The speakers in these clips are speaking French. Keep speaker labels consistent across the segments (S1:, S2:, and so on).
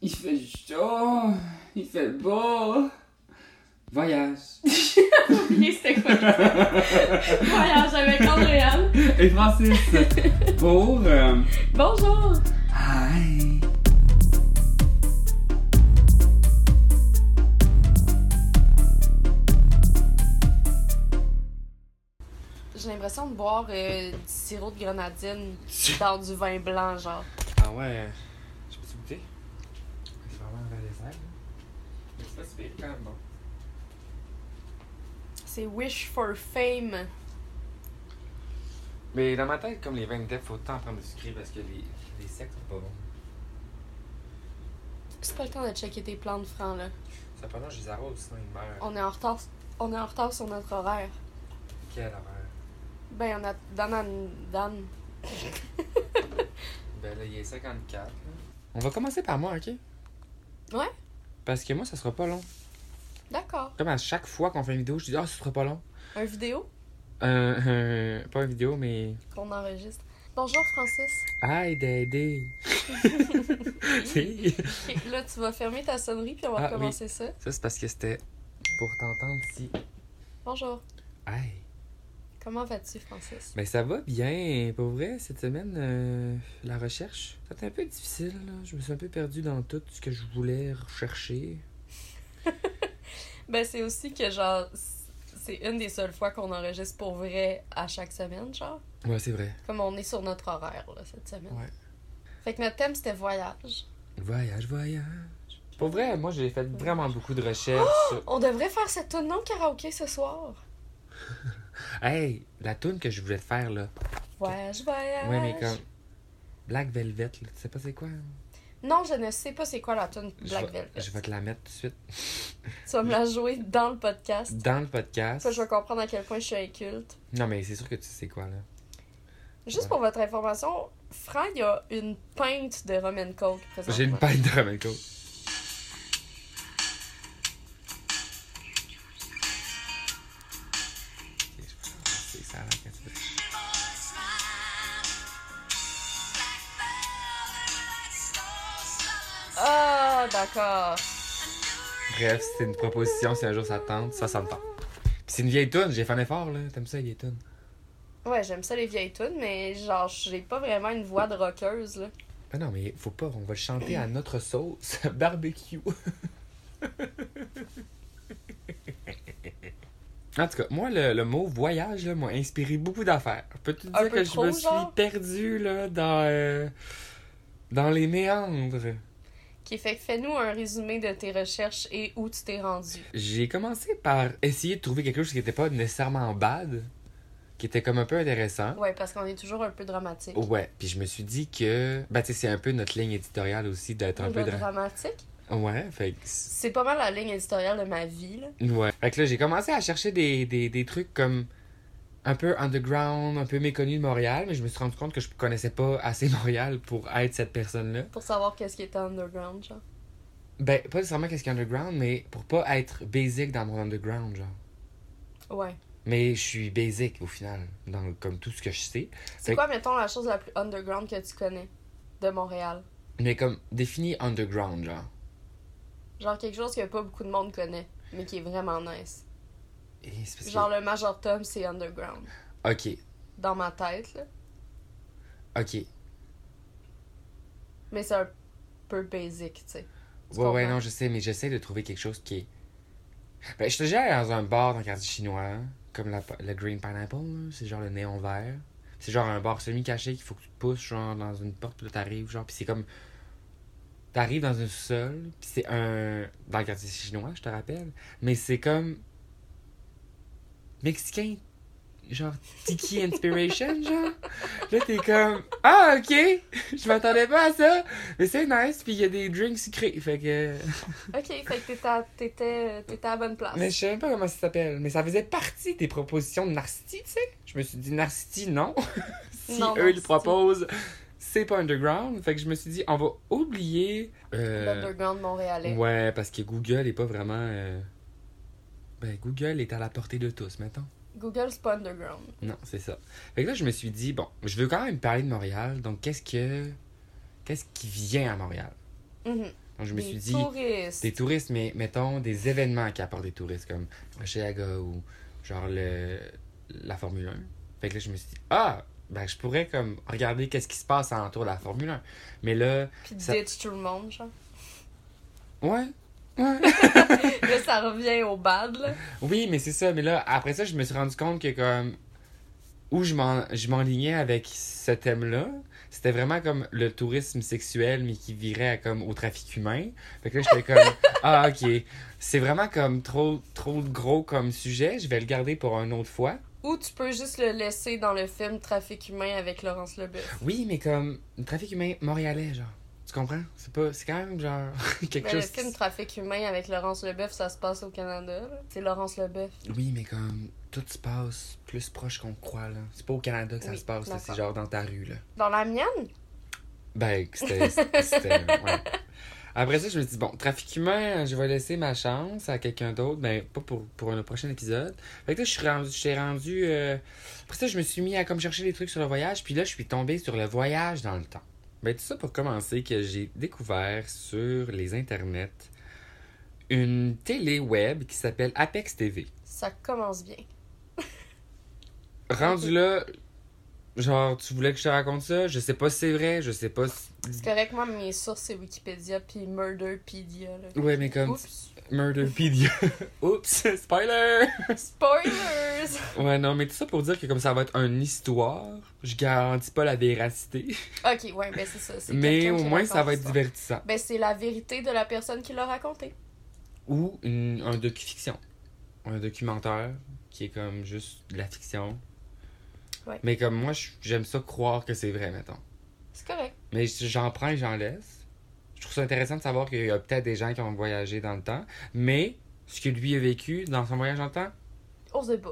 S1: Il fait chaud, il fait beau. Voyage.
S2: oublié c'était quoi. Voyage avec Andréane.
S1: Et Francis, pour... euh,
S2: Bonjour.
S1: Hi.
S2: J'ai l'impression de boire euh, du sirop de grenadine dans du vin blanc, genre.
S3: Ah ouais, je peux-tu goûter?
S1: C'est vraiment un dessert. C'est pas super quand même bon.
S3: hein.
S2: C'est Wish for Fame.
S3: Mais dans ma tête, comme les vins de def, faut tout le temps prendre du sucré parce que les, les secs sont pas bons.
S2: C'est pas le temps de checker tes plans de franc, là.
S3: Cependant, je les arrose, sinon ils meurent.
S2: On est en retard, on est en retard sur notre horaire.
S3: Quelle horreur.
S2: Ben, on a. Dan, Dan.
S3: Ben là, il est 54. Là. On va commencer par moi, ok?
S2: Ouais.
S3: Parce que moi, ça sera pas long.
S2: D'accord.
S3: Comme à chaque fois qu'on fait une vidéo, je dis, ah, ce sera pas long.
S2: Un vidéo
S3: Euh, euh, pas une vidéo, mais.
S2: qu'on enregistre. Bonjour, Francis.
S3: Aïe, Dédé! Si.
S2: Ok, là, tu vas fermer ta sonnerie puis on va
S3: Ah,
S2: recommencer ça.
S3: Ça, c'est parce que c'était pour t'entendre si.
S2: Bonjour.
S3: Aïe!
S2: Comment vas-tu, Francis?
S3: Ben ça va bien. Pour vrai, cette semaine, euh, la recherche, c'était un peu difficile. là. Je me suis un peu perdu dans tout ce que je voulais rechercher.
S2: Ben, c'est aussi que, genre, c- c'est une des seules fois qu'on enregistre pour vrai à chaque semaine, genre.
S3: Ouais, c'est vrai.
S2: Comme on est sur notre horaire, là, cette semaine.
S3: Ouais.
S2: Fait que notre thème, c'était voyage.
S3: Voyage, voyage. Pour vrai, moi, j'ai fait vraiment beaucoup de recherches. sur-
S2: On devrait faire cette tune non karaoké ce soir.
S3: Hey, la toune que je voulais te faire, là.
S2: Voyage, voyage.
S3: Ouais, mais comme... Black Velvet, là. Tu sais pas c'est quoi? hein?
S2: Non, je ne sais pas c'est quoi la tune
S3: Je
S2: Black
S3: vais-
S2: Velvet.
S3: Je vais te la mettre tout de suite
S2: Tu vas me la jouer dans le podcast.
S3: dans le podcast.
S2: Ça, je vais comprendre à quel point je suis inculte.
S3: Non, mais c'est sûr que tu sais quoi, là.
S2: Juste
S3: Ouais.
S2: pour votre information, Franck, il y a une pinte de rum and coke présentement.
S3: J'ai une paille de Romelco.
S2: Ah, d'accord.
S3: Bref, c'est une proposition. Si un jour ça te tente, ça, ça me tente. Puis c'est une vieille toune, j'ai fait un effort, là. T'aimes ça, les vieilles tounes?
S2: Ouais, j'aime ça les vieilles tunes, mais genre, j'ai pas vraiment une voix de rockeuse, là.
S3: Ben non, mais faut pas, on va le chanter à notre sauce barbecue. En tout cas, moi, le, le mot voyage là, m'a inspiré beaucoup d'affaires. Peux-tu
S2: Un
S3: dire
S2: peu
S3: que je
S2: trop,
S3: me suis
S2: genre?
S3: perdu là, dans, euh, dans les méandres?
S2: Qui fait que fais-nous un résumé de tes recherches et où tu t'es rendu.
S3: J'ai commencé par essayer de trouver quelque chose qui n'était pas nécessairement bad, qui était comme un peu intéressant.
S2: Ouais, parce qu'on est toujours un peu dramatique.
S3: Ouais, puis je me suis dit que, bah tu sais, c'est un peu notre ligne éditoriale aussi d'être un
S2: Le
S3: peu... dra-
S2: dramatique.
S3: Ouais, fait que
S2: C'est pas mal la ligne éditoriale de ma vie, là.
S3: Ouais. Fait que là, j'ai commencé à chercher des, des, des trucs comme un peu underground, un peu méconnu de Montréal, mais je me suis rendu compte que je connaissais pas assez Montréal pour être cette personne-là.
S2: Pour savoir qu'est-ce qui était underground, genre.
S3: Ben, pas nécessairement qu'est-ce qu'il y a underground, mais pour pas être basic dans mon underground, genre.
S2: Ouais.
S3: Mais je suis basic au final, dans, comme tout ce que je sais.
S2: C'est
S3: Fait-
S2: quoi, mettons, la chose la plus underground que tu connais de Montréal?
S3: Mais comme défini underground, genre.
S2: Genre quelque chose que pas beaucoup de monde connaît, mais qui est vraiment nice.
S3: Et c'est parce que-
S2: Genre le Major Tom, c'est underground.
S3: Ok,
S2: Dans ma tête, là.
S3: ok.
S2: Mais c'est un peu basic, tu sais. Tu
S3: Ouais, ouais,
S2: comprends?
S3: non, je sais, mais j'essaie de trouver quelque chose qui est. Ben, je suis déjà allé dans un bar dans le quartier chinois, hein, comme la, le Green Pineapple, là, c'est genre le néon vert. C'est genre un bar semi-caché qu'il faut que tu te pousses, genre dans une porte, puis là t'arrives, genre, puis c'est comme. T'arrives dans une seule, puis c'est un. Dans le quartier chinois, je te rappelle, mais c'est comme. Mexicain, genre Tiki Inspiration, genre. Là, t'es comme. Ah, ok! Je m'attendais pas à ça! Mais c'est nice, puis il y a des drinks sucrés, fait que...
S2: Ok, fait que t'étais à, t'étais- t'étais à la bonne place.
S3: Mais je sais même pas comment ça s'appelle, mais ça faisait partie des propositions de Narcity, tu sais. Je me suis dit, Narcity, non. si
S2: Non,
S3: eux,
S2: Narcity.
S3: ils proposent, c'est pas underground. Fait que je me suis dit, on va oublier... Euh...
S2: L'underground montréalais.
S3: Ouais, parce que Google est pas vraiment... euh, Ben, Google est à la portée de tous, mettons.
S2: Google, c'est pas underground.
S3: Non, c'est ça. Fait que là, je me suis dit, bon, je veux quand même parler de Montréal, donc qu'est-ce que... Qu'est-ce qui vient à Montréal?
S2: Mhm.
S3: Donc, je me
S2: Des
S3: suis dit,
S2: touristes.
S3: des touristes, mais mettons des événements qui apportent des touristes, comme Rochelaga ou genre le, la Formule 1. Fait que là, je me suis dit, ah, ben je pourrais comme regarder qu'est-ce qui se passe alentour de la Formule 1. Mais là,
S2: Puis
S3: ça-
S2: ditch tout le monde, genre.
S3: ouais, ouais.
S2: Là, ça revient au bad, là.
S3: Oui, mais c'est ça. Mais là, après ça, je me suis rendu compte que comme où je m'en- je m'enlignais avec ce thème-là, c'était vraiment comme le tourisme sexuel, mais qui virait à, comme au trafic humain. Fait que là, j'étais comme ah ok, c'est vraiment comme trop trop gros comme sujet. Je vais le garder pour une autre fois.
S2: Ou tu peux juste le laisser dans le film Trafic humain avec Laurence Leboeuf.
S3: Oui, mais comme le trafic humain montréalais, genre. Tu comprends? C'est pas, c'est quand même genre quelque
S2: Mais Ben, le
S3: chose. qui
S2: film Trafic humain avec Laurence Leboeuf, ça se passe au Canada. là. C'est Laurence Leboeuf.
S3: s- Oui, mais comme tout se passe plus proche qu'on croit là. C'est pas au Canada que ça
S2: Oui,
S3: se passe, là. c'est
S2: d'accord.
S3: genre dans ta rue là.
S2: Dans la mienne?
S3: Ben, que c'était. c'était- ouais. Après ça, je me dis, bon, trafic humain, je vais laisser ma chance à quelqu'un d'autre, ben, pas pour, pour le prochain épisode. Fait que là, je suis rendu. Je suis rendu euh, Après ça, je me suis mis à comme chercher des trucs sur le voyage, puis là, je suis tombé sur le voyage dans le temps. Ben, tout ça pour commencer que j'ai découvert sur les internets une télé web qui s'appelle Apex TV.
S2: Ça commence bien.
S3: Rendu là, genre, tu voulais que je te raconte ça? Je sais pas si c'est vrai, je sais pas si.
S2: C'est correct, moi, mes sources, c'est Wikipédia puis Murderpedia. Là.
S3: Ouais, mais comme.
S2: Oups!
S3: Murderpedia. Oups, spoiler!
S2: Spoilers!
S3: Ouais, non, mais tout ça pour dire que comme ça va être une histoire, je garantis pas la véracité,
S2: ok, ouais, ben c'est ça. c'est
S3: mais
S2: quelqu'un
S3: au
S2: qui
S3: moins
S2: raconte
S3: ça va être
S2: l'histoire.
S3: divertissant.
S2: Ben c'est la vérité de la personne qui l'a raconté.
S3: Ou une- un docu-fiction. Un documentaire qui est comme juste de la fiction.
S2: Ouais.
S3: Mais comme moi, je- j'aime ça croire que c'est vrai, mettons.
S2: C'est correct.
S3: Mais j'en prends et j'en laisse. Je trouve ça intéressant de savoir qu'il y a peut-être des gens qui ont voyagé dans le temps, mais ce que lui a vécu dans son voyage dans le temps,
S2: On se débat.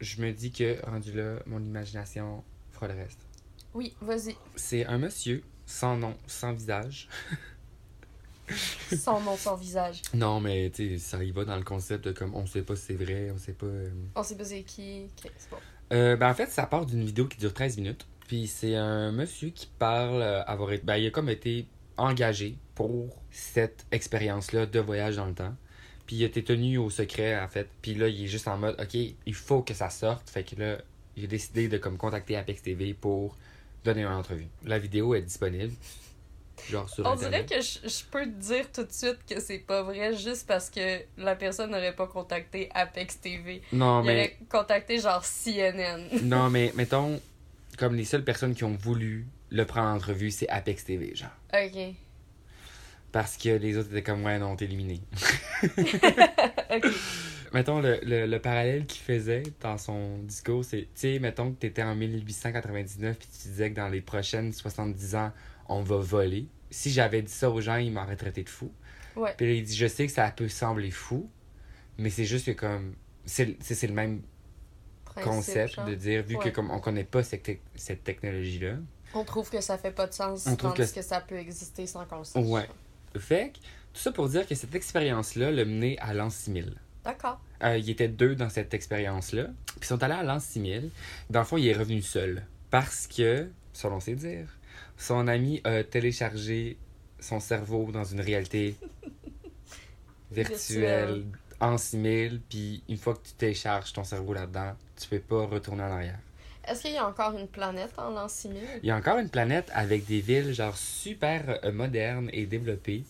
S3: je me dis que rendu là, mon imagination fera le reste.
S2: Oui, vas-y.
S3: C'est un monsieur sans nom, sans visage.
S2: Sans nom, sans visage.
S3: Non, mais tu sais, ça y va dans le concept de comme on sait pas si c'est vrai, on sait pas. euh.
S2: On sait pas c'est qui. Ok, c'est bon.
S3: Euh, ben, en fait, ça part d'une vidéo qui dure 13 minutes. Puis c'est un monsieur qui parle euh, avoir été. Ben, il a comme été engagé pour cette expérience-là de voyage dans le temps. Puis il a été tenu au secret, en fait. Puis là, il est juste en mode, OK, il faut que ça sorte. Fait que là, il a décidé de comme contacter Apex TV pour donner une entrevue. La vidéo est disponible. Genre sur
S2: On
S3: Internet.
S2: dirait que je, je peux te dire tout de suite que c'est pas vrai juste parce que la personne n'aurait pas contacté Apex TV.
S3: Non,
S2: Il
S3: mais.
S2: aurait contacté genre CNN.
S3: Non, mais mettons, comme les seules personnes qui ont voulu le prendre en entrevue, c'est Apex TV, genre.
S2: Ok.
S3: Parce que les autres étaient comme, ouais, non, t'es éliminé.
S2: Ok.
S3: Mettons, le, le, le parallèle qu'il faisait dans son discours, c'est, tu sais, mettons que t'étais en 1899 puis tu disais que dans les prochaines 70 ans, on va voler. Si j'avais dit ça aux gens, ils m'auraient traité de fou.
S2: Ouais.
S3: Puis là, il dit, je sais que ça peut sembler fou, mais c'est juste que comme, c'est c'est- c'est le même
S2: Principe,
S3: concept
S2: genre.
S3: de dire, vu
S2: Ouais.
S3: que comme on connaît pas cette, tec- cette technologie-là,
S2: On trouve que ça fait pas de sens
S3: On trouve
S2: tandis
S3: que-
S2: que... ça peut exister sans qu'on le sache.
S3: Ouais. Fait que, tout ça pour dire que cette expérience-là l'a mené à l'an 6000.
S2: D'accord.
S3: Euh, il était deux dans cette expérience-là. Puis ils sont allés à l'an 6000. Dans le fond, il est revenu seul. Parce que, selon ses dires, son ami a téléchargé son cerveau dans une réalité virtuelle
S2: Virtuelle.
S3: en 6000. Puis une fois que tu télécharges ton cerveau là-dedans, tu peux pas retourner en arrière.
S2: Est-ce qu'il y a encore une planète en l'an 6000?
S3: Il y a encore une planète avec des villes genre super euh, modernes et développées.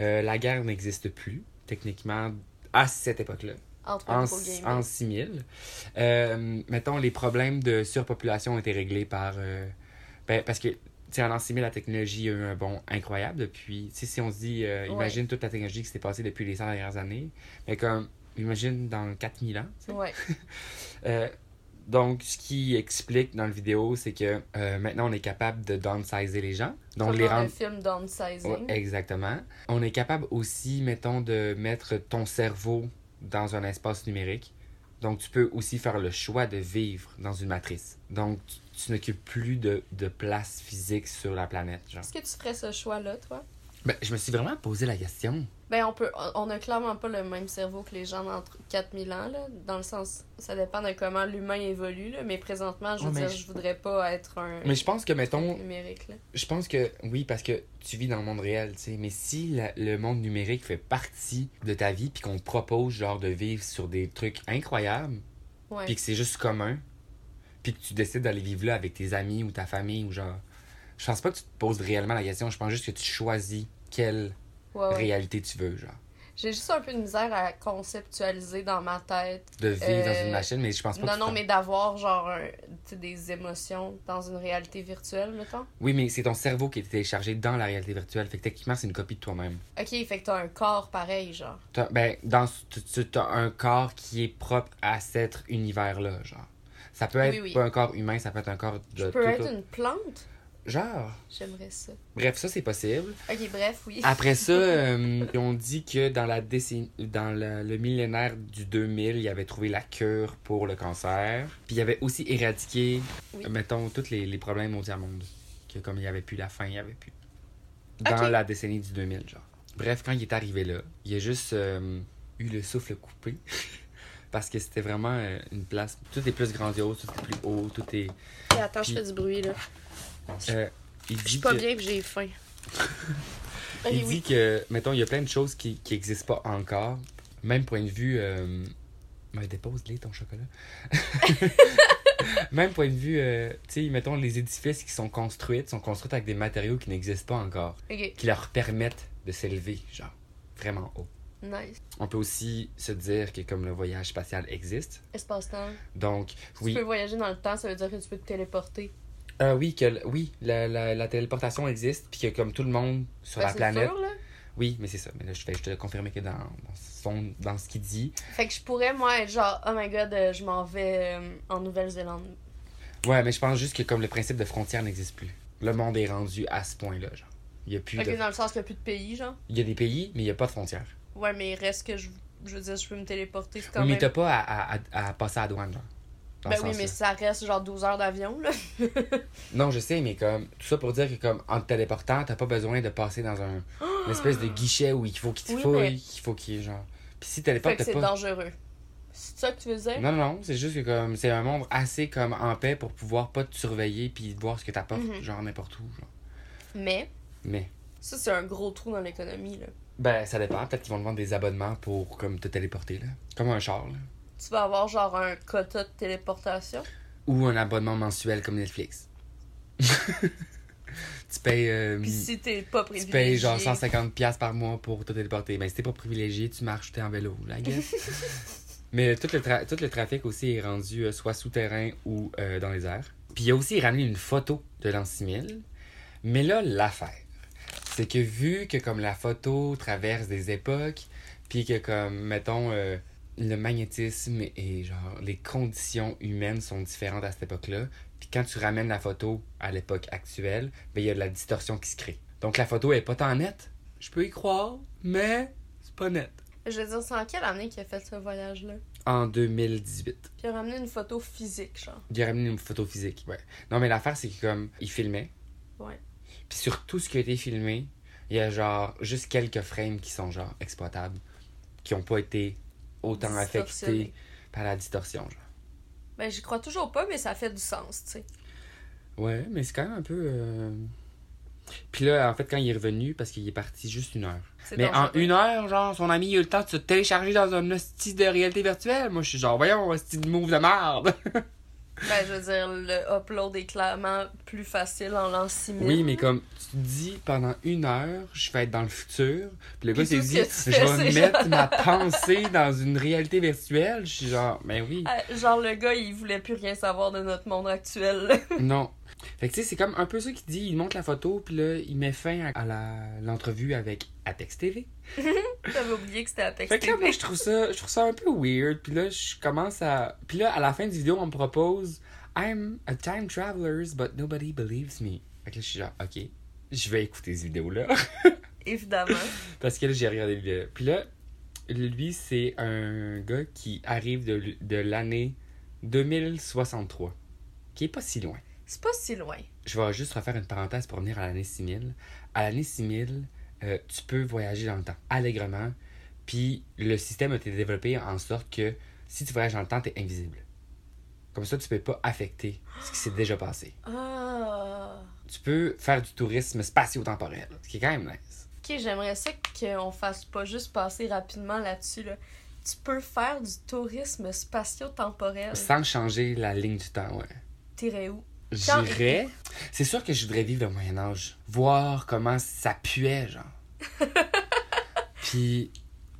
S3: Euh, la guerre n'existe plus, techniquement, à cette époque-là,
S2: Entre
S3: en,
S2: pro gamers.
S3: en 6000. Euh, mettons, les problèmes de surpopulation ont été réglés par... euh, ben, parce que, tu sais, en l'an 6000, la technologie a eu un bond incroyable depuis... Tu sais, si on se dit, euh,
S2: Ouais.
S3: imagine toute la technologie qui s'est passée depuis les 100 dernières années, mais comme, imagine dans 4000 ans,
S2: Ouais.
S3: euh, donc, ce qui explique dans la vidéo, c'est que euh, maintenant, on est capable de downsizer les gens. Donc,
S2: Comme
S3: les
S2: dans le
S3: rendre.
S2: film Downsizing.
S3: Ouais, exactement. On est capable aussi, mettons, de mettre ton cerveau dans un espace numérique. Donc, tu peux aussi faire le choix de vivre dans une matrice. Donc, tu, tu n'occupes plus de, de place physique sur la planète. Genre.
S2: Est-ce que tu ferais ce choix-là, toi?
S3: Ben, je me suis vraiment posé la question.
S2: Ben, on peut. on- On a clairement pas le même cerveau que les gens d'entre 4000 ans, là. Dans le sens. Ça dépend de comment l'humain évolue, là. Mais présentement, je veux
S3: Ouais, mais
S2: dire,
S3: je-
S2: je voudrais pas être un.
S3: Mais je pense que, mettons,
S2: numérique, là.
S3: je pense que oui, parce que tu vis dans le monde réel, tu sais. Mais si la- le monde numérique fait partie de ta vie, puis qu'on te propose, genre, de vivre sur des trucs incroyables,
S2: Ouais.
S3: puis que c'est juste commun, puis que tu décides d'aller vivre là avec tes amis ou ta famille ou genre. Je pense pas que tu te poses réellement la question, je pense juste que tu choisis quelle
S2: Ouais, ouais.
S3: réalité tu veux, genre.
S2: J'ai juste un peu de misère à conceptualiser dans ma tête.
S3: De vivre dans
S2: Euh,
S3: une machine, mais je pense pas que
S2: Non,
S3: tu
S2: non,
S3: t'en-
S2: mais d'avoir genre un- tu sais, des émotions dans une réalité virtuelle, mettons.
S3: Oui, mais c'est ton cerveau qui est téléchargé dans la réalité virtuelle, fait que techniquement, c'est une copie de toi-même.
S2: Ok, fait que t'as un corps pareil, genre.
S3: T'as- Ben, dans ce- tu- tu- t'as un corps qui est propre à cet univers-là, genre. Ça peut être
S2: Oui, oui.
S3: pas un corps humain, ça peut être un corps de
S2: Je
S3: tout
S2: peux être
S3: autre-
S2: une plante?
S3: Genre.
S2: J'aimerais ça.
S3: Bref, ça, c'est possible.
S2: Ok, bref, oui.
S3: Après ça, euh, on dit que dans la décennie, dans le, le millénaire du 2000, il avait trouvé la cure pour le cancer. Puis il avait aussi éradiqué,
S2: Oui.
S3: euh, mettons, tous les, les problèmes au tiers-monde. Que comme il n'y avait plus la faim, il n'y avait plus. Dans
S2: Ok.
S3: la décennie du 2000, genre. Bref, quand il est arrivé là, il a juste euh, eu le souffle coupé. Parce que c'était vraiment euh, une place. Tout est plus grandiose, tout est plus haut, tout est.
S2: Et attends, je fais du bruit, là.
S3: euh, il
S2: Je
S3: dit
S2: suis pas
S3: que-
S2: bien que j'ai faim. Ok,
S3: Il dit
S2: Ben oui.
S3: que, mettons, il y a plein de choses qui qui existent pas encore. Même point de vue. Euh... ben, dépose-les ton chocolat. Même point de vue, euh, tu sais, mettons, les édifices qui sont construits sont construits avec des matériaux qui n'existent pas encore,
S2: Ok,
S3: qui leur permettent de s'élever, genre, vraiment haut.
S2: nice.
S3: On peut aussi se dire que comme le voyage spatial existe,
S2: Espace-temps.
S3: donc
S2: Tu
S3: oui,
S2: peux voyager dans le temps, ça veut dire que tu peux te téléporter.
S3: Euh, oui, que, l- oui, la, la- la téléportation existe, puis que comme tout le monde sur
S2: Ben,
S3: la
S2: c'est
S3: planète,
S2: sûr, là.
S3: oui, mais c'est ça. Mais là, je vais je te confirmer que dans, dans son, dans ce qu'il dit,
S2: Fait que je pourrais, moi, être genre, oh my god, euh, je m'en vais euh, en Nouvelle-Zélande.
S3: Ouais, mais je pense juste que comme le principe de frontière n'existe plus. Le monde est rendu à ce point-là, genre. Il y a plus
S2: Ok,
S3: de...
S2: dans le sens qu'il n'y a plus de pays, genre.
S3: Il y a des pays, mais il n'y a pas de frontières.
S2: Ouais, mais il reste que je, je veux dire, je peux me téléporter, c'est quand
S3: Oui, mais
S2: même.
S3: t'as pas à, à- à- à passer à la douane, genre. Dans
S2: Ben
S3: ce
S2: oui,
S3: sens-là.
S2: mais ça reste genre 12 heures d'avion, là.
S3: Non, je sais, mais comme... Tout ça pour dire que comme en te téléportant, t'as pas besoin de passer dans un... une espèce de guichet où il faut qu'il te
S2: Oui,
S3: fouille,
S2: mais-
S3: qu'il faut qu'il... Genre... Puis si
S2: Fait
S3: téléportes,
S2: que
S3: t'as
S2: c'est
S3: pas...
S2: dangereux. C'est ça que tu veux dire?
S3: Non, non, non, c'est juste que comme c'est un monde assez comme en paix pour pouvoir pas te surveiller puis voir ce que t'apportes,
S2: Mhm.
S3: genre n'importe où, genre.
S2: Mais,
S3: Mais...
S2: ça, c'est un gros trou dans l'économie, là.
S3: Ben, ça dépend. Peut-être qu'ils vont te vendre des abonnements pour comme te téléporter, là. Comme un char, là.
S2: Tu vas avoir genre un quota de téléportation.
S3: Ou un abonnement mensuel comme Netflix. tu payes. euh,
S2: Puis si t'es pas
S3: tu
S2: privilégié.
S3: payes genre 150$ piastres par mois pour te téléporter. Mais si t'es pas privilégié, tu marches ou t'es en vélo, la Mais euh, tout le, tra- tout le trafic aussi est rendu euh, soit souterrain ou euh, dans les airs. Puis il a aussi ramené une photo de l'an 6000. Mais là, l'affaire, c'est que vu que comme la photo traverse des époques, puis que comme, mettons, euh, le magnétisme et genre les conditions humaines sont différentes à cette époque-là, puis quand tu ramènes la photo à l'époque actuelle, ben il y a de la distorsion qui se crée. Donc la photo est pas tant nette. Je peux y croire, mais c'est pas net.
S2: Je veux dire, c'est en quelle année qu'il a fait ce voyage-là?
S3: En 2018.
S2: Puis il a ramené une photo physique, genre.
S3: Il a ramené une photo physique, ouais. Non, mais l'affaire, c'est que comme, il filmait.
S2: Ouais.
S3: Puis sur tout ce qui a été filmé, il y a genre juste quelques frames qui sont genre exploitables, qui ont pas été autant affectés
S2: Distorsionnés.
S3: par la distorsion, genre.
S2: Ben, j'y crois toujours pas, mais ça fait du sens, tu sais.
S3: Ouais, mais c'est quand même un peu. euh, Puis là, en fait, quand il est revenu, parce qu'il est parti juste une heure.
S2: C'est
S3: Mais en
S2: dangereux.
S3: une heure, genre, son ami, il a eu le temps de se télécharger dans un hostie de réalité virtuelle. Moi, je suis genre, voyons, hostie de move de merde.
S2: Ben, je veux dire, le upload est clairement plus facile en l'an 6000.
S3: Oui, mais comme tu te dis pendant une heure, je vais être dans le futur. Puis le gars
S2: Puis
S3: s'est
S2: tout ce
S3: dit,
S2: que tu
S3: je
S2: fais,
S3: vais
S2: c'est
S3: mettre
S2: genre-
S3: ma pensée dans une réalité virtuelle. Je suis genre, mais oui,
S2: Ah, Genre, le gars, il voulait plus rien savoir de notre monde actuel. là.
S3: non. Fait que tu sais, c'est comme un peu ça qu'il dit. Il montre la photo, puis là, il met fin à- à la- l'entrevue avec Atex TV.
S2: J'avais oublié que c'était à
S3: Fait que là, moi,
S2: texter.
S3: je trouve ça, je trouve ça un peu weird. Puis là, je commence à. Puis là, à la fin du vidéo, on me propose I'm a time traveler, but nobody believes me. Fait que là, je suis genre, ok, je vais écouter cette vidéo-là.
S2: Évidemment.
S3: Parce que là, j'ai regardé le vidéo. Puis là, lui, c'est un gars qui arrive de, l- de l'année 2063, qui est pas si loin.
S2: C'est pas si loin.
S3: Je vais juste refaire une parenthèse pour venir à l'année 6000. À l'année 6000, euh, tu peux voyager dans le temps allègrement. Puis le système a été développé en sorte que si tu voyages dans le temps, t'es invisible. Comme ça, tu peux pas affecter ce qui s'est déjà passé.
S2: Ah!
S3: Tu peux faire du tourisme spatio-temporel, ce qui est quand même nice.
S2: Ok, j'aimerais ça qu'on fasse pas juste passer rapidement là-dessus. Là. Tu peux faire du tourisme spatio-temporel.
S3: Sans changer la ligne du temps, ouais.
S2: T'irais où? Quand-
S3: J'irais. C'est sûr que je voudrais vivre le Moyen Âge. Voir comment ça puait, genre. Puis,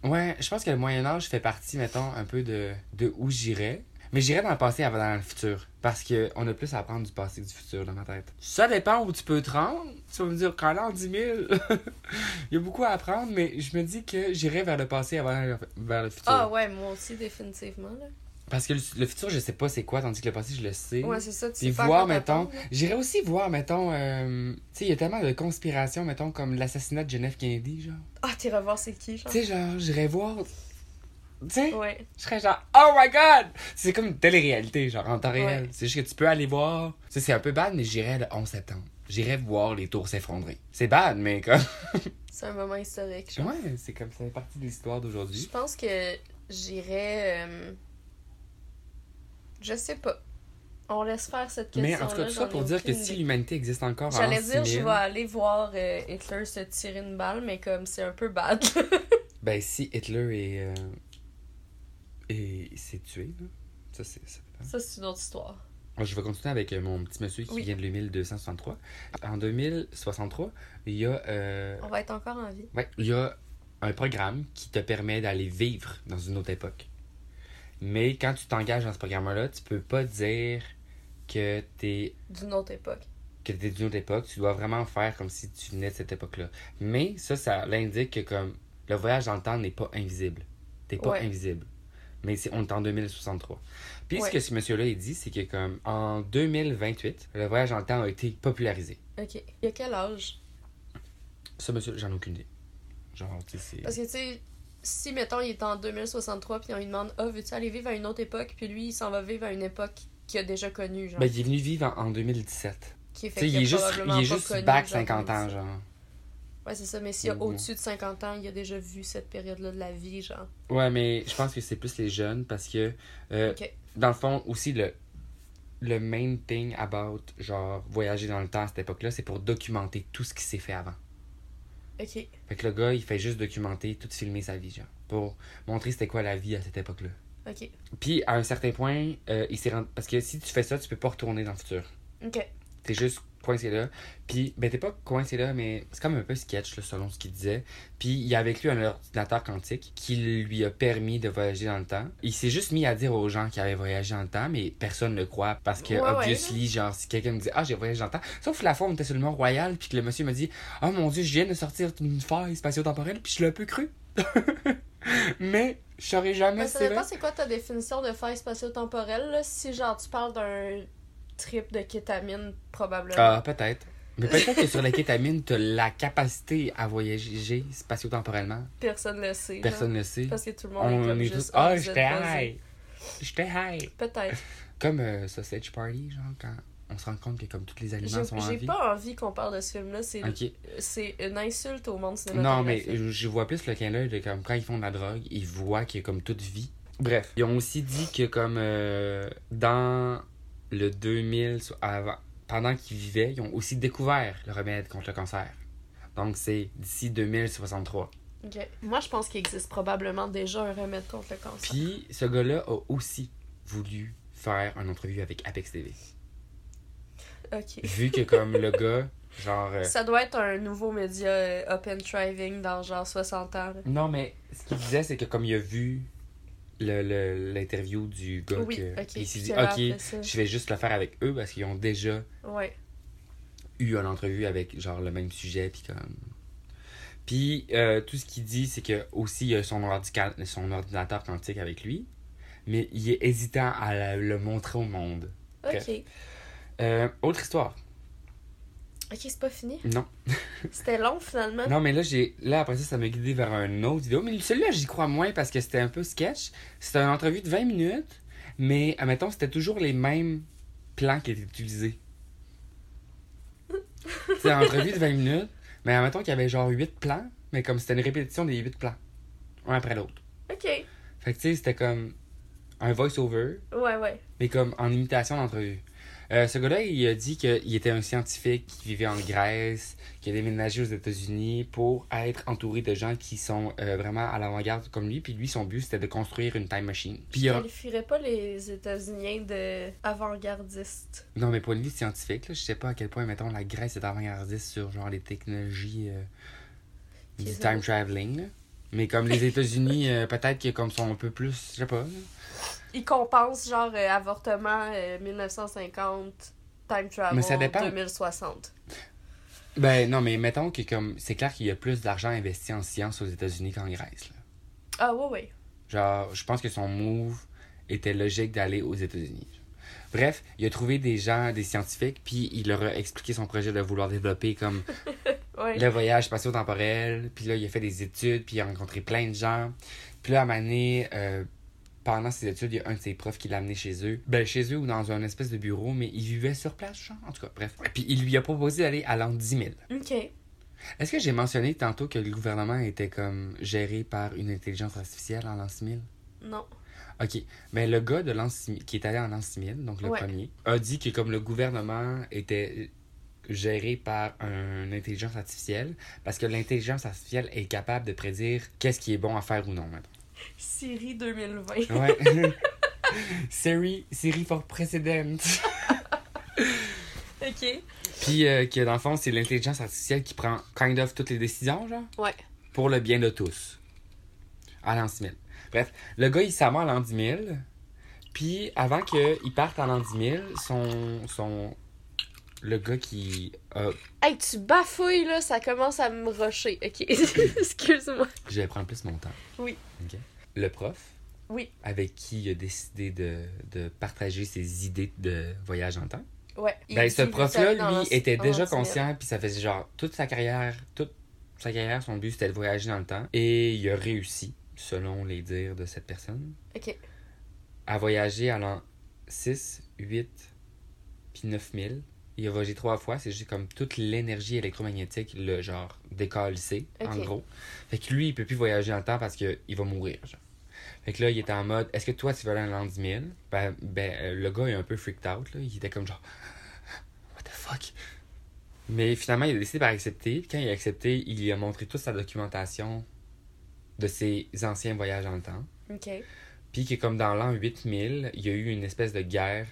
S3: ouais, je pense que le Moyen Âge fait partie, mettons, un peu de, de où j'irais. Mais j'irais dans le passé avant dans le futur. Parce que on a plus à apprendre du passé que du futur dans ma tête. Ça dépend où tu peux te rendre. Tu vas me dire qu'en l'an 10 000, il y a beaucoup à apprendre, mais je me dis que j'irais vers le passé avant d'aller vers le futur.
S2: Ah ouais, moi aussi, définitivement. Là.
S3: Parce que le, le futur, je sais pas c'est quoi, tandis que le passé, je le sais.
S2: Ouais, c'est ça, tu
S3: Puis
S2: sais pas à
S3: voir,
S2: quoi
S3: mettons.
S2: t'attendre, là.
S3: J'irais aussi voir, mettons. euh, tu sais, il y a tellement de conspirations, mettons, comme l'assassinat de Geneviève Kennedy, genre.
S2: Ah, t'irais voir c'est qui, genre?
S3: Tu sais, genre, j'irais voir. Tu sais,
S2: Ouais.
S3: je serais genre, oh my god! C'est comme une télé-réalité, genre, en temps
S2: Ouais.
S3: réel. C'est juste que tu peux aller voir. Tu sais, c'est un peu bad, mais j'irais le 11 septembre. J'irais voir les tours s'effondrer. C'est bad, mais comme.
S2: C'est un moment historique, genre.
S3: Ouais, c'est comme ça fait partie de l'histoire
S2: Je
S3: d'aujourd'hui.
S2: pense que j'irais. euh, Je sais pas. On laisse faire cette question.
S3: Mais en tout cas, tout ça pour dire que si l'humanité existe encore en
S2: J'allais
S3: 6000,
S2: dire, je vais aller voir euh, Hitler se tirer une balle, mais comme c'est un peu bad.
S3: Ben, si Hitler est. euh, et il s'est tué, là. Ça, c'est. ça dépend.
S2: ça, c'est une autre histoire.
S3: Alors, Je vais continuer avec euh, mon petit monsieur qui
S2: Oui.
S3: vient de 2263. En 2063, il y a. euh,
S2: On va être encore en vie.
S3: ouais, il y a un programme qui te permet d'aller vivre dans une autre époque. Mais quand tu t'engages dans ce programme-là, tu peux pas dire que t'es
S2: D'une autre époque.
S3: que t'es d'une autre époque, tu dois vraiment faire comme si tu venais de cette époque-là. Mais ça, ça l'indique que comme le voyage dans le temps n'est pas invisible. T'es pas
S2: Ouais.
S3: invisible. Mais c'est, on est en 2063. Puis
S2: Ouais.
S3: ce que ce monsieur-là il dit, c'est que comme en 2028, le voyage dans le temps a été popularisé.
S2: Ok. Il y a quel âge?
S3: Ce monsieur, j'en ai aucune idée. Genre, tu sais,
S2: Parce
S3: c'est...
S2: que, tu sais, si, mettons, il est en 2063, puis on lui demande Ah, veux-tu aller vivre à une autre époque? Puis lui, il s'en va vivre à une époque qu'il a déjà connue, genre.
S3: Ben, il est venu vivre en, en 2017.
S2: qui
S3: Tu
S2: fait
S3: sais, il
S2: qu'il a
S3: est juste, il
S2: probablement
S3: est
S2: pas
S3: juste
S2: connu,
S3: back
S2: genre,
S3: 50 ans,
S2: comme-
S3: genre.
S2: Ouais, c'est ça, mais s'il y a
S3: Mhm.
S2: au-dessus de 50 ans, il a déjà vu cette période-là de la vie, genre.
S3: Ouais, mais je pense que c'est plus les jeunes parce que, euh,
S2: Ok.
S3: dans le fond, aussi le, le main thing about, genre, voyager dans le temps à cette époque-là, c'est pour documenter tout ce qui s'est fait avant.
S2: Ok.
S3: Fait que le gars, il fait juste documenter, tout filmer sa vie, genre, pour montrer c'était quoi la vie à cette époque-là.
S2: Ok.
S3: Puis, à un certain point, euh, il s'est rendu. Parce que si tu fais ça, tu peux pas retourner dans le futur.
S2: Ok.
S3: T'es juste coincé là. Puis, ben, t'es pas coincé là, mais c'est comme un peu sketch, là, selon ce qu'il disait. Puis, il y a avec lui un ordinateur quantique qui lui a permis de voyager dans le temps. Il s'est juste mis à dire aux gens qu'il avait voyagé dans le temps, mais personne ne le croit parce que,
S2: Ouais, ouais.
S3: obviously, genre, si quelqu'un me dit Ah, j'ai voyagé dans le temps. Sauf la fois, on était sur le Mont-Royal, puis que le monsieur me dit Oh mon dieu, je viens de sortir d'une faille spatio-temporelle, puis je l'ai un peu cru. mais, je saurais jamais
S2: Mais
S3: si
S2: ça
S3: c'est
S2: dépend,
S3: vrai.
S2: c'est quoi ta définition de faille spatio-temporelle, là? Si, genre, tu parles d'un trip de kétamine, probablement.
S3: Ah, peut-être. Mais peut-être que sur la kétamine, t'as la capacité à voyager spatio-temporellement.
S2: Personne le sait. genre.
S3: Personne ne le sait.
S2: Parce que tout le monde est
S3: On
S2: comme
S3: est
S2: juste.
S3: tous. Ah,
S2: vous êtes
S3: j'étais
S2: buzzé.
S3: high! J'étais high!
S2: Peut-être.
S3: Comme euh, Sausage Party, genre, quand on se rend compte que comme tous les aliments sont en
S2: J'ai- J'ai
S3: vie.
S2: pas envie qu'on parle de ce film-là. C'est
S3: Ok.
S2: c'est une insulte au monde
S3: Non,
S2: cinématographique.
S3: mais je je vois plus le là de comme quand ils font de la drogue, ils voient qu'il y a comme toute vie. Bref. Ils ont aussi dit que comme euh, dans le 2000, so- avant, pendant qu'ils vivaient, ils ont aussi découvert le remède contre le cancer. Donc c'est d'ici 2063.
S2: Ok. Moi, je pense qu'il existe probablement déjà un remède contre le cancer.
S3: Puis ce gars-là a aussi voulu faire une entrevue avec Apex TV.
S2: Ok.
S3: Vu que comme le gars, genre... euh,
S2: Ça doit être un nouveau média euh, up and thriving dans genre 60 ans. là.
S3: Non, mais ce qu'il disait, c'est que comme il a vu le- le- l'interview du gars,
S2: Oui,
S3: que-
S2: ok,
S3: il s'est
S2: puis
S3: dit,
S2: qu'elle a fait
S3: ok,
S2: ça.
S3: je vais juste le faire avec eux parce qu'ils ont déjà
S2: Ouais.
S3: eu une entrevue avec genre le même sujet, puis comme... Puis euh, tout ce qu'il dit, c'est que aussi il a son, ordica- son ordinateur quantique avec lui, mais il est hésitant à la- le montrer au monde.
S2: Ok.
S3: Ok. Euh, autre histoire.
S2: Ok, c'est pas fini.
S3: Non.
S2: C'était long finalement.
S3: Non, mais là, j'ai là après ça, ça m'a guidé vers un autre vidéo. Mais celui-là, j'y crois moins parce que c'était un peu sketch. C'était une entrevue de 20 minutes, mais admettons, c'était toujours les mêmes plans qui étaient utilisés. C'était une entrevue de 20 minutes, Mais admettons qu'il y avait genre 8 plans, mais comme c'était une répétition des 8 plans, un après l'autre.
S2: Ok.
S3: Fait que tu sais, c'était comme un voice-over,
S2: Ouais, ouais.
S3: mais comme en imitation d'entrevue. Euh, ce gars-là, il a dit qu'il était un scientifique qui vivait en Grèce, qui a déménagé aux États-Unis pour être entouré de gens qui sont euh, vraiment à l'avant-garde comme lui. Puis lui, son but, c'était de construire une time machine. Puis il
S2: Je
S3: a-
S2: qualifierais pas les États-Unis de avant-gardistes.
S3: Non, mais point de vue scientifique, là, je sais pas à quel point, mettons, la Grèce est avant-gardiste sur genre les technologies euh, du
S2: Qu'ils ont.
S3: time traveling. là. Mais comme les États-Unis, euh, peut-être que comme sont un peu plus, je sais pas. là.
S2: Ils compensent genre euh, avortement euh, 1950, time travel
S3: Mais ça dépend.
S2: 2060.
S3: Ben non, mais mettons que comme c'est clair qu'il y a plus d'argent investi en science aux États-Unis qu'en Grèce. là.
S2: Ah ouais, ouais.
S3: Genre, je pense que son move était logique d'aller aux États-Unis. Bref, il a trouvé des gens, des scientifiques, puis il leur a expliqué son projet de vouloir développer comme
S2: Ouais.
S3: le voyage spatio-temporel, puis là, il a fait des études, puis il a rencontré plein de gens. Puis là, à un moment donné, euh, pendant ses études, il y a un de ses profs qui l'a amené chez eux. Ben, chez eux ou dans un espèce de bureau, mais il vivait sur place, genre, en tout cas, bref. Puis il lui a proposé d'aller à l'an 10 000.
S2: Ok.
S3: Est-ce que j'ai mentionné tantôt que le gouvernement était comme géré par une intelligence artificielle en l'an 6 000?
S2: Non.
S3: OK. Mais le gars de l'an 6000 qui est allé en l'an 6000, donc le
S2: Ouais.
S3: premier, a dit que comme le gouvernement était euh, géré par une intelligence artificielle, parce que l'intelligence artificielle est capable de prédire qu'est-ce qui est bon à faire ou non. mettons.
S2: Siri 2020.
S3: Ouais. Siri, Siri for president.
S2: ok.
S3: Puis euh, que dans le fond, c'est l'intelligence artificielle qui prend kind of toutes les décisions, genre.
S2: Ouais.
S3: Pour le bien de tous. À l'an 10 000. Bref, le gars, il s'en va à l'an 10 000. Puis, avant qu'il parte à l'an 10 000, son, son... Le gars qui a...
S2: Hey, tu bafouilles là, ça commence à me rocher. Ok. Excuse-moi.
S3: Je vais prendre plus mon temps.
S2: Oui.
S3: OK. Le prof.
S2: Oui.
S3: Avec qui il a décidé de, de partager ses idées de voyage en temps.
S2: Ouais. Il
S3: Ben, ce
S2: dit
S3: prof-là,
S2: vite euh, dans
S3: lui,
S2: l'an-
S3: était
S2: en
S3: déjà
S2: l'an 10 000.
S3: conscient, puis ça faisait genre toute sa carrière, toute sa carrière, son but, c'était de voyager dans le temps. Et il a réussi, selon les dires de cette personne,
S2: Ok.
S3: à voyager à l'an 6, 8, puis 9000. Il a voyagé trois fois, c'est juste comme toute l'énergie électromagnétique, le genre décalissé, en
S2: Ok.
S3: gros. Fait que lui, il peut plus voyager dans le temps parce qu'il va mourir, genre. Fait que là, il était en mode, est-ce que toi, tu veux aller à l'an 10 000? Ben, ben, euh, le gars est un peu freaked out, là. Il était comme genre, what the fuck? Mais finalement, il a décidé par accepter. Puis quand il a accepté, il lui a montré toute sa documentation de ses anciens voyages dans le temps.
S2: Ok.
S3: Puis que comme dans l'an 8000, il y a eu une espèce de guerre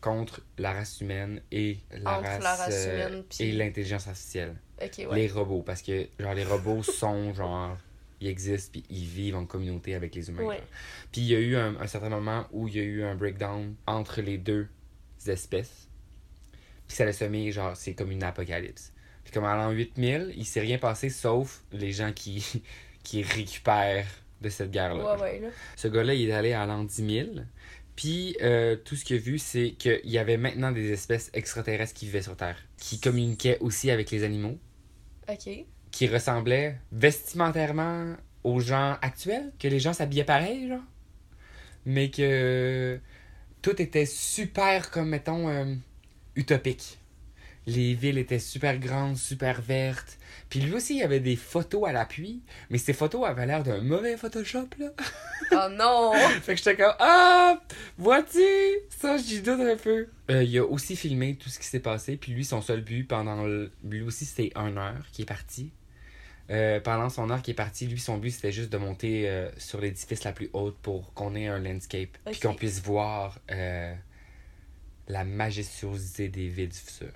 S3: contre la race humaine et la
S2: Entre
S3: race,
S2: la race
S3: euh,
S2: humaine puis-
S3: et l'intelligence artificielle.
S2: Ok, ouais.
S3: Les robots, parce que genre les robots sont genre ils existent puis ils vivent en communauté avec les humains.
S2: Ouais.
S3: genre. Puis il y a eu un, un certain moment où il y a eu un breakdown entre les deux espèces. Puis ça l'a semé genre c'est comme une apocalypse. Puis comme en l'an 8000, il s'est rien passé sauf les gens qui qui récupèrent de cette guerre là.
S2: Ouais, ouais, là.
S3: Ce gars-là, il est allé à l'an 10 000. Puis, euh, tout ce qu'il a vu, c'est qu'il y avait maintenant des espèces extraterrestres qui vivaient sur Terre, qui communiquaient aussi avec les animaux,
S2: Ok.
S3: qui ressemblaient vestimentairement aux gens actuels, que les gens s'habillaient pareil, genre. Mais que tout était super, comme mettons, euh, utopique. Les villes étaient super grandes, super vertes. Puis lui aussi, il y avait des photos à l'appui, mais ces photos avaient l'air d'un mauvais Photoshop, là.
S2: Oh non!
S3: Fait que j'étais comme Ah! Vois-tu? Ça, j'y doute un peu. Euh, il a aussi filmé tout ce qui s'est passé. Puis lui, son seul but pendant. le- Lui aussi, c'était une heure qui est parti. Euh, pendant son heure qui est parti, lui, son but, c'était juste de monter euh, sur l'édifice la plus haute pour qu'on ait un landscape. Puis
S2: Ok.
S3: qu'on puisse voir euh, la majestuosité des villes du futur.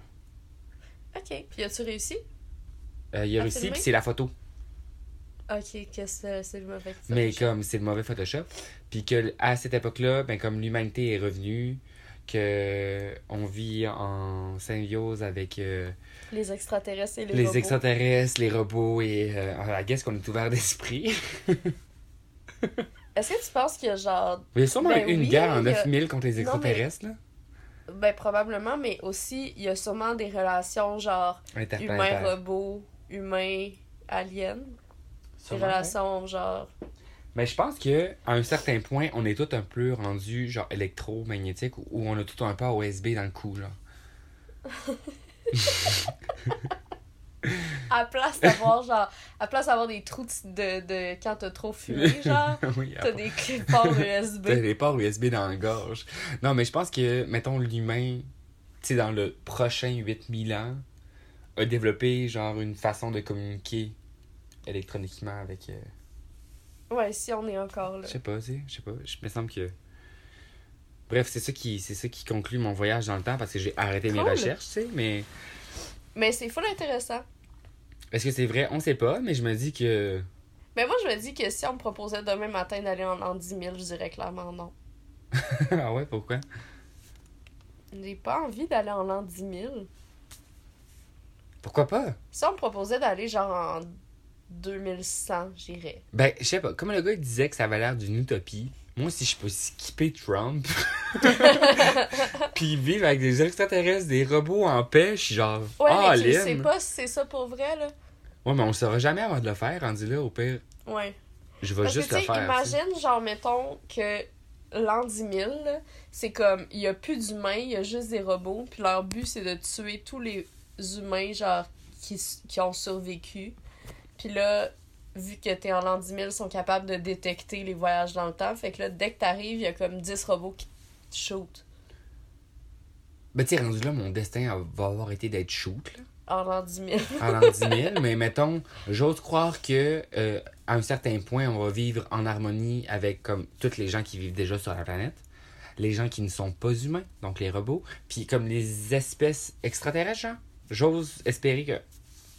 S2: Ok. Puis as-tu réussi?
S3: Euh, il a
S2: À
S3: réussi,
S2: filmer?
S3: puis c'est la photo.
S2: Ok, qu'est-ce que c'est le mauvais que ça?
S3: Mais comme c'est le mauvais Photoshop, puis que à cette époque-là, ben comme l'humanité est revenue, que on vit en symbiose avec euh,
S2: Les extraterrestres et les,
S3: les,
S2: robots.
S3: extraterrestres, les robots et euh, I guess qu'on est ouvert d'esprit.
S2: Est-ce que tu penses qu'il y a genre.
S3: Il y a sûrement
S2: Ben
S3: eu une
S2: oui,
S3: guerre en
S2: il y a-
S3: 9000 contre les
S2: mais-
S3: extraterrestres
S2: Ben, probablement, mais aussi, il y a sûrement des relations genre
S3: là. Inter- inter-
S2: humain-robot, humain-alien. Des
S3: sûrement, ouais.
S2: relations genre.
S3: Mais Ben, je pense que à un certain point, on est tous un peu rendu genre électromagnétique ou on a tout un peu OSB dans le cou genre.
S2: à place d'avoir genre à place d'avoir des trous de, de, de- quand t'as trop fumé genre
S3: oui,
S2: t'as des clés ports USB
S3: T'as les ports USB dans la gorge. Non, mais je pense que, mettons, l'humain, tu sais, dans le prochain 8000 ans, a développé, genre, une façon de communiquer électroniquement avec. euh,
S2: ouais si on est encore là
S3: je sais pas, tu sais, je sais pas. Je me semble que. Bref, c'est ça, qui, c'est ça qui conclut mon voyage dans le temps parce que j'ai arrêté mes
S2: Cool.
S3: recherches, tu sais, mais.
S2: mais c'est full intéressant
S3: Est-ce que c'est vrai? On sait pas, mais je me dis que.
S2: mais moi je me dis que si on me proposait demain matin d'aller en, en 10 000 je dirais clairement non
S3: ah ouais, pourquoi?
S2: j'ai pas envie d'aller en l'an 10 000
S3: Pourquoi pas?
S2: si on me proposait d'aller genre en 2100 j'irais
S3: Ben, je sais pas. Comme le gars il disait que ça avait l'air d'une utopie, moi, si je peux skipper Trump, puis vivre avec des extraterrestres, des robots en paix, je suis genre.
S2: ouais
S3: ah,
S2: mais tu sais
S3: Lynn!
S2: pas si c'est ça pour vrai là
S3: Ouais, mais on le saura jamais avant de le faire, rendu là, au pire.
S2: ouais
S3: Je vais
S2: Parce que,
S3: juste
S2: tu
S3: le
S2: sais,
S3: faire. tu sais.
S2: imagine, genre, mettons que l'an 10 000, là, c'est comme, il y a plus d'humains, il y a juste des robots, puis leur but, c'est de tuer tous les humains, genre, qui, s- qui ont survécu. Puis là, vu que t'es en l'an 10 000, ils sont capables de détecter les voyages dans le temps. Fait que là, dès que t'arrives, il y a comme 10 robots qui te shootent
S3: Ben, tu sais, rendu là, mon destin va avoir été d'être shoot, là,
S2: en l'an 10 000.
S3: en l'an 10 000, mais mettons, j'ose croire que, euh, à un certain point, on va vivre en harmonie avec, comme, toutes les gens qui vivent déjà sur la planète, les gens qui ne sont pas humains, donc les robots, puis comme les espèces extraterrestres, genre. J'ose espérer que,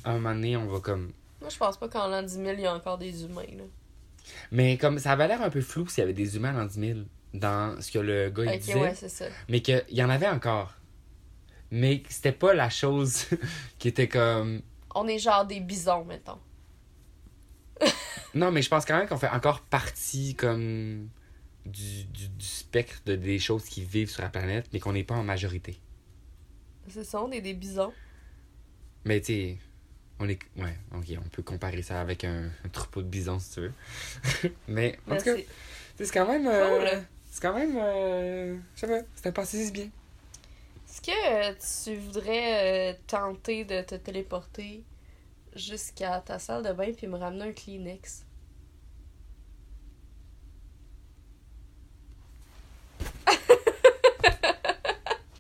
S3: à un moment donné, on va comme.
S2: Moi, je pense pas qu'en l'an 10 000, il y a encore des humains, là.
S3: Mais comme, ça avait l'air un peu flou s'il y avait des humains en l'an 10 000, dans ce que le gars il
S2: Ok,
S3: disait.
S2: ouais, c'est ça.
S3: mais qu'il y en avait encore. Mais que c'était pas la chose qui était comme.
S2: On est genre des bisons, mettons.
S3: Non, mais je pense quand même qu'on fait encore partie comme du, du- du spectre de- des choses qui vivent sur la planète, mais qu'on n'est pas en majorité.
S2: C'est ça, on est des bisons.
S3: Mais tu sais, on est. Ouais, ok, on peut comparer ça avec un, un troupeau de bisons si tu veux. mais en tout
S2: Merci.
S3: cas, tu sais, c'est quand même. euh,
S2: Cool.
S3: C'est quand même. euh, je sais pas, c'était passé si bien.
S2: Est-ce que euh, tu voudrais euh, tenter de te téléporter jusqu'à ta salle de bain puis me ramener un Kleenex?